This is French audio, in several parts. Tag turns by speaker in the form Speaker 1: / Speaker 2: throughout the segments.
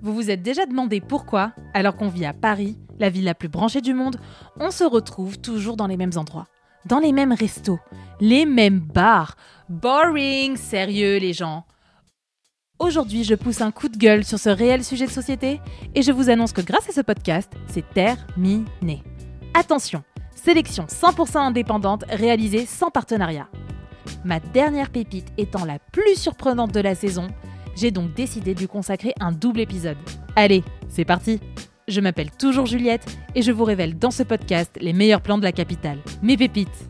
Speaker 1: Vous vous êtes déjà demandé pourquoi, alors qu'on vit à Paris, la ville la plus branchée du monde, on se retrouve toujours dans les mêmes endroits, dans les mêmes restos, les mêmes bars. Boring, sérieux les gens. Aujourd'hui, je pousse un coup de gueule sur ce réel sujet de société et je vous annonce que grâce à ce podcast, c'est terminé. Attention, sélection 100% indépendante réalisée sans partenariat. Ma dernière pépite étant la plus surprenante de la saison, j'ai donc décidé de lui consacrer un double épisode. Allez, c'est parti Je m'appelle toujours Juliette et je vous révèle dans ce podcast les meilleurs plans de la capitale, mes pépites.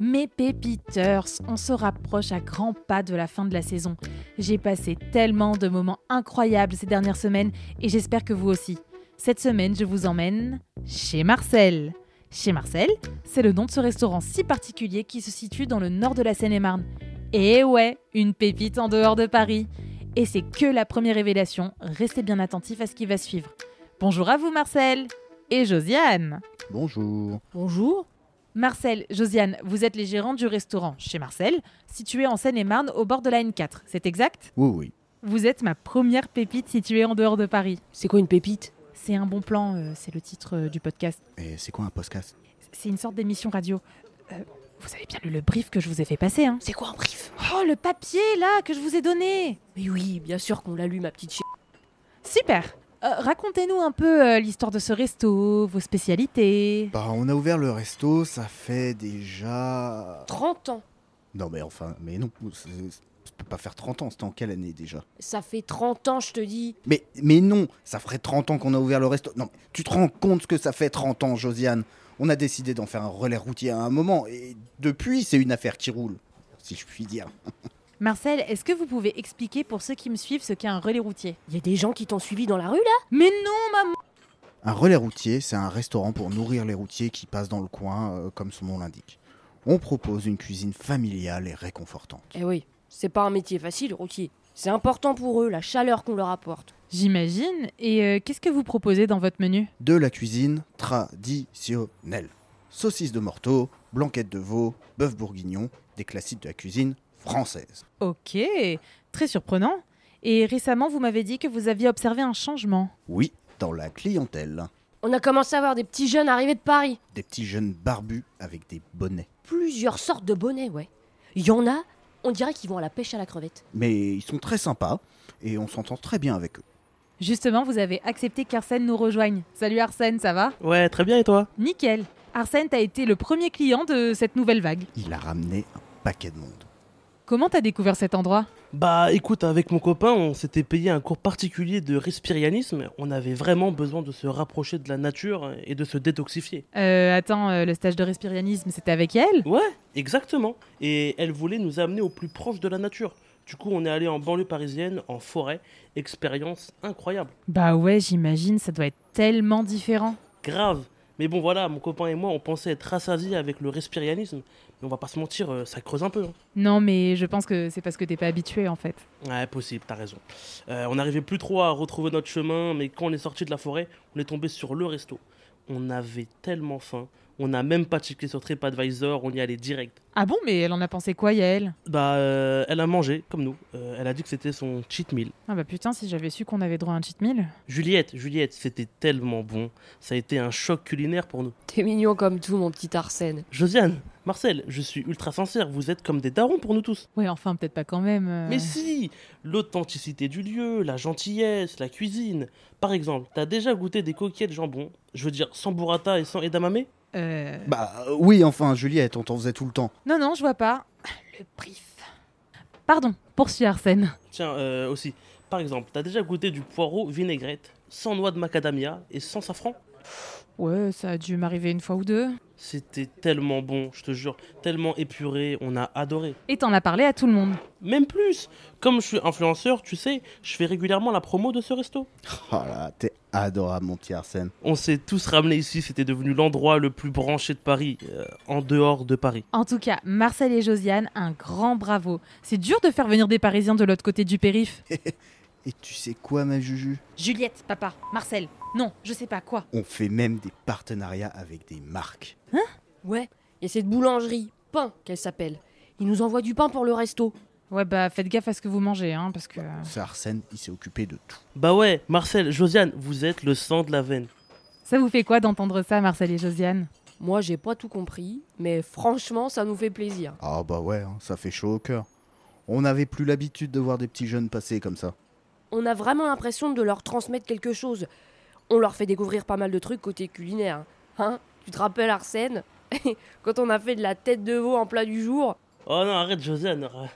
Speaker 1: Mes pépiteurs, on se rapproche à grands pas de la fin de la saison. J'ai passé tellement de moments incroyables ces dernières semaines et j'espère que vous aussi. Cette semaine, je vous emmène chez Marcel. Chez Marcel, c'est le nom de ce restaurant si particulier qui se situe dans le nord de la Seine-et-Marne. Et ouais, une pépite en dehors de Paris. Et c'est que la première révélation, restez bien attentifs à ce qui va suivre. Bonjour à vous Marcel et Josiane.
Speaker 2: Bonjour.
Speaker 1: Bonjour. Marcel, Josiane, vous êtes les gérants du restaurant chez Marcel, situé en Seine-et-Marne au bord de la N4, c'est exact
Speaker 2: Oui, oui.
Speaker 1: Vous êtes ma première pépite située en dehors de Paris.
Speaker 3: C'est quoi une pépite
Speaker 1: C'est un bon plan, euh, c'est le titre euh, du podcast.
Speaker 2: Et c'est quoi un podcast
Speaker 1: C'est une sorte d'émission radio. Euh, vous avez bien lu le brief que je vous ai fait passer, hein
Speaker 3: C'est quoi un brief
Speaker 1: Oh, le papier là que je vous ai donné
Speaker 3: Mais oui, bien sûr qu'on l'a lu, ma petite ch...
Speaker 1: Super Euh, Racontez-nous un peu euh, l'histoire de ce resto, vos spécialités.
Speaker 2: Bah, on a ouvert le resto, ça fait déjà.
Speaker 3: 30 ans
Speaker 2: Non, mais enfin, mais non, ça ça peut pas faire 30 ans, c'était en quelle année déjà
Speaker 3: Ça fait 30 ans, je te dis
Speaker 2: Mais, mais non, ça ferait 30 ans qu'on a ouvert le resto. Non, mais tu te rends compte ce que ça fait 30 ans, Josiane On a décidé d'en faire un relais routier à un moment, et depuis, c'est une affaire qui roule, si je puis dire.
Speaker 1: Marcel, est-ce que vous pouvez expliquer pour ceux qui me suivent ce qu'est un relais routier
Speaker 3: Il y a des gens qui t'ont suivi dans la rue, là
Speaker 1: Mais non, maman
Speaker 2: Un relais routier, c'est un restaurant pour nourrir les routiers qui passent dans le coin, euh, comme son nom l'indique. On propose une cuisine familiale et réconfortante.
Speaker 3: Eh oui, c'est pas un métier facile, routier. C'est important pour eux, la chaleur qu'on leur apporte.
Speaker 1: J'imagine. Et euh, qu'est-ce que vous proposez dans votre menu
Speaker 2: de la cuisine traditionnelle. Saucisses de morteau, blanquette de veau, bœuf bourguignon, des classiques de la cuisine française.
Speaker 1: Ok, très surprenant. Et récemment, vous m'avez dit que vous aviez observé un changement.
Speaker 2: Oui, dans la clientèle,
Speaker 3: On a commencé à voir des petits jeunes arrivés de Paris.
Speaker 2: des petits jeunes barbus avec des bonnets.
Speaker 3: Plusieurs sortes de bonnets, ouais. Il y en a, on dirait qu'ils vont à la pêche à la crevette.
Speaker 2: Mais ils sont très sympas et on s'entend très bien avec eux.
Speaker 1: Justement, vous avez accepté qu'Arsène nous rejoigne. Salut Arsène, ça va
Speaker 4: Ouais, très bien et toi
Speaker 1: Nickel. Arsène, t'as été le premier client de cette nouvelle vague.
Speaker 2: Il a ramené un paquet de monde.
Speaker 1: Comment t'as découvert cet endroit
Speaker 4: Bah écoute, avec mon copain, on s'était payé un cours particulier de respirianisme. On avait vraiment besoin de se rapprocher de la nature et de se détoxifier.
Speaker 1: Euh, attends, euh, le stage de respirianisme, c'était avec elle
Speaker 4: Ouais, exactement. Et elle voulait nous amener au plus proche de la nature. Du coup, on est allé en banlieue parisienne, en forêt. Expérience incroyable.
Speaker 1: Bah ouais, j'imagine, ça doit être tellement différent.
Speaker 4: Grave. Mais bon voilà, mon copain et moi, on pensait être rassasiés avec le respirianisme. Mais on va pas se mentir, euh, ça creuse un peu. hein.
Speaker 1: Non, mais je pense que c'est parce que t'es pas habitué en fait.
Speaker 4: Ouais, possible, t'as raison. Euh, on n'arrivait plus trop à retrouver notre chemin, mais quand on est sorti de la forêt, on est tombé sur le resto. On avait tellement faim, on n'a même pas checké sur TripAdvisor, on y allait direct.
Speaker 1: Ah bon, mais elle en a pensé quoi, Yael
Speaker 4: Bah, euh, elle a mangé, comme nous. Euh, elle a dit que c'était son cheat meal.
Speaker 1: Ah bah putain, si j'avais su qu'on avait droit à un cheat meal.
Speaker 4: Juliette, Juliette, c'était tellement bon. Ça a été un choc culinaire pour nous.
Speaker 3: T'es mignon comme tout, mon petit Arsène.
Speaker 4: Josiane, Marcel, je suis ultra sincère, vous êtes comme des darons pour nous tous.
Speaker 1: Ouais, enfin, peut-être pas quand même. euh.
Speaker 4: Mais si L'authenticité du lieu, la gentillesse, la cuisine. Par exemple, t'as déjà goûté des coquillettes jambon, je veux dire sans burrata et sans edamame
Speaker 1: Euh,
Speaker 2: Bah euh, oui, enfin, Juliette, on t'en faisait tout le temps.
Speaker 1: Non, non, je vois pas. Le brief. Pardon, poursuis Arsène.
Speaker 4: Tiens, euh, aussi, par exemple, t'as déjà goûté du poireau vinaigrette, sans noix de macadamia et sans safran
Speaker 1: Ouais, ça a dû m'arriver une fois ou deux.
Speaker 4: C'était tellement bon, je te jure, tellement épuré, on a adoré.
Speaker 1: Et t'en as parlé à tout le monde.
Speaker 4: Même plus, comme je suis influenceur, tu sais, je fais régulièrement la promo de ce resto.
Speaker 2: Oh là, t'es adorable, mon petit Arsène.
Speaker 4: On s'est tous ramenés ici, c'était devenu l'endroit le plus branché de Paris, euh, en dehors de Paris.
Speaker 1: En tout cas, Marcel et Josiane, un grand bravo. C'est dur de faire venir des Parisiens de l'autre côté du périph.
Speaker 2: Et tu sais quoi, ma Juju
Speaker 1: Juliette, papa, Marcel. Non, je sais pas quoi.
Speaker 2: On fait même des partenariats avec des marques.
Speaker 3: Ouais, il y a cette boulangerie, Pain, qu'elle s'appelle. Ils nous envoient du pain pour le resto.
Speaker 1: Ouais, bah faites gaffe à ce que vous mangez, hein, parce que.
Speaker 2: C'est Arsène, il s'est occupé de tout.
Speaker 4: Bah ouais, Marcel, Josiane, vous êtes le sang de la veine.
Speaker 1: Ça vous fait quoi d'entendre ça, Marcel et Josiane
Speaker 3: Moi, j'ai pas tout compris, mais franchement, ça nous fait plaisir.
Speaker 2: Ah bah ouais, hein, ça fait chaud au cœur. On n'avait plus l'habitude de voir des petits jeunes passer comme ça.
Speaker 3: On a vraiment l'impression de leur transmettre quelque chose. On leur fait découvrir pas mal de trucs côté culinaire. Hein Tu te rappelles, Arsène Quand on a fait de la tête de veau en plat du jour
Speaker 4: Oh non, arrête, Josiane, ra-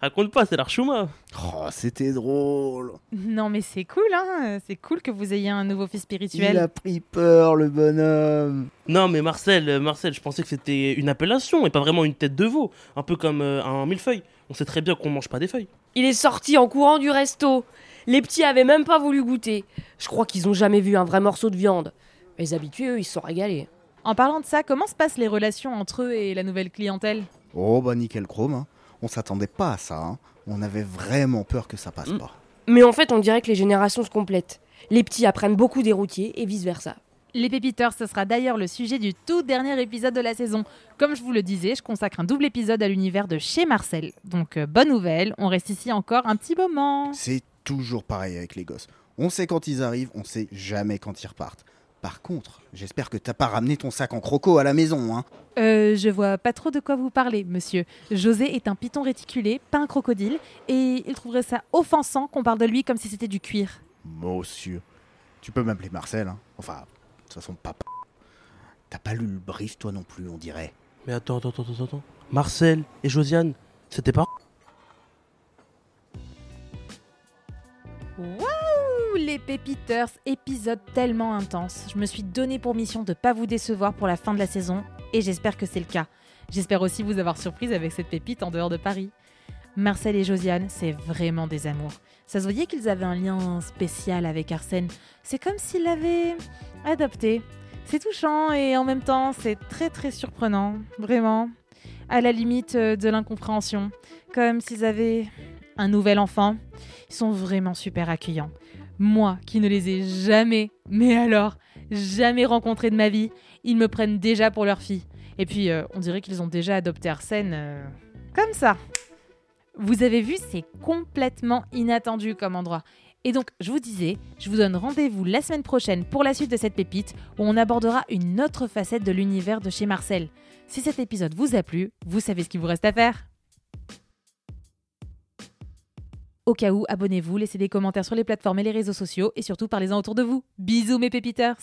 Speaker 4: raconte pas, c'est l'archouma.
Speaker 2: Oh, c'était drôle.
Speaker 1: Non, mais c'est cool, hein. C'est cool que vous ayez un nouveau fils spirituel.
Speaker 2: Il a pris peur, le bonhomme.
Speaker 4: Non, mais Marcel, euh, Marcel, je pensais que c'était une appellation et pas vraiment une tête de veau. Un peu comme euh, un millefeuille. On sait très bien qu'on mange pas des feuilles.
Speaker 3: Il est sorti en courant du resto. Les petits avaient même pas voulu goûter. Je crois qu'ils ont jamais vu un vrai morceau de viande. Les habitués, eux, ils se sont régalés.
Speaker 1: En parlant de ça, comment se passent les relations entre eux et la nouvelle clientèle
Speaker 2: Oh bah nickel chrome. hein. On s'attendait pas à ça. hein. On avait vraiment peur que ça passe
Speaker 4: Mm.
Speaker 2: pas.
Speaker 3: Mais en fait, on dirait que les générations se complètent. Les petits apprennent beaucoup des routiers et vice-versa.
Speaker 1: Les pépiteurs, ce sera d'ailleurs le sujet du tout dernier épisode de la saison. Comme je vous le disais, je consacre un double épisode à l'univers de chez Marcel. Donc, euh, bonne nouvelle, on reste ici encore un petit moment.
Speaker 2: C'est toujours pareil avec les gosses. On sait quand ils arrivent, on sait jamais quand ils repartent. Par contre, j'espère que t'as pas ramené ton sac en croco à la maison, hein.
Speaker 1: Euh, je vois pas trop de quoi vous parlez, monsieur. José est un python réticulé, pas un crocodile, et il trouverait ça offensant qu'on parle de lui comme si c'était du cuir.
Speaker 2: Monsieur. Tu peux m'appeler Marcel, hein. Enfin, de toute façon, papa. T'as pas lu le brief, toi non plus, on dirait.
Speaker 4: Mais attends, attends, attends, attends, attends. Marcel et Josiane, c'était pas.
Speaker 1: Waouh Les Pépiteurs, épisode tellement intense. Je me suis donné pour mission de pas vous décevoir pour la fin de la saison et j'espère que c'est le cas. J'espère aussi vous avoir surprise avec cette pépite en dehors de Paris. Marcel et Josiane, c'est vraiment des amours. Ça se voyait qu'ils avaient un lien spécial avec Arsène. C'est comme s'ils l'avaient adopté. C'est touchant et en même temps, c'est très très surprenant, vraiment. À la limite euh, de l'incompréhension, comme s'ils avaient un nouvel enfant. Ils sont vraiment super accueillants. Moi, qui ne les ai jamais, mais alors, jamais rencontrés de ma vie, ils me prennent déjà pour leur fille. Et puis, euh, on dirait qu'ils ont déjà adopté Arsène. euh, comme ça. Vous avez vu, c'est complètement inattendu comme endroit. Et donc, je vous disais, je vous donne rendez-vous la semaine prochaine pour la suite de cette pépite, où on abordera une autre facette de l'univers de chez Marcel. Si cet épisode vous a plu, vous savez ce qu'il vous reste à faire. Au cas où, abonnez-vous, laissez des commentaires sur les plateformes et les réseaux sociaux et surtout parlez-en autour de vous. Bisous mes pépiteurs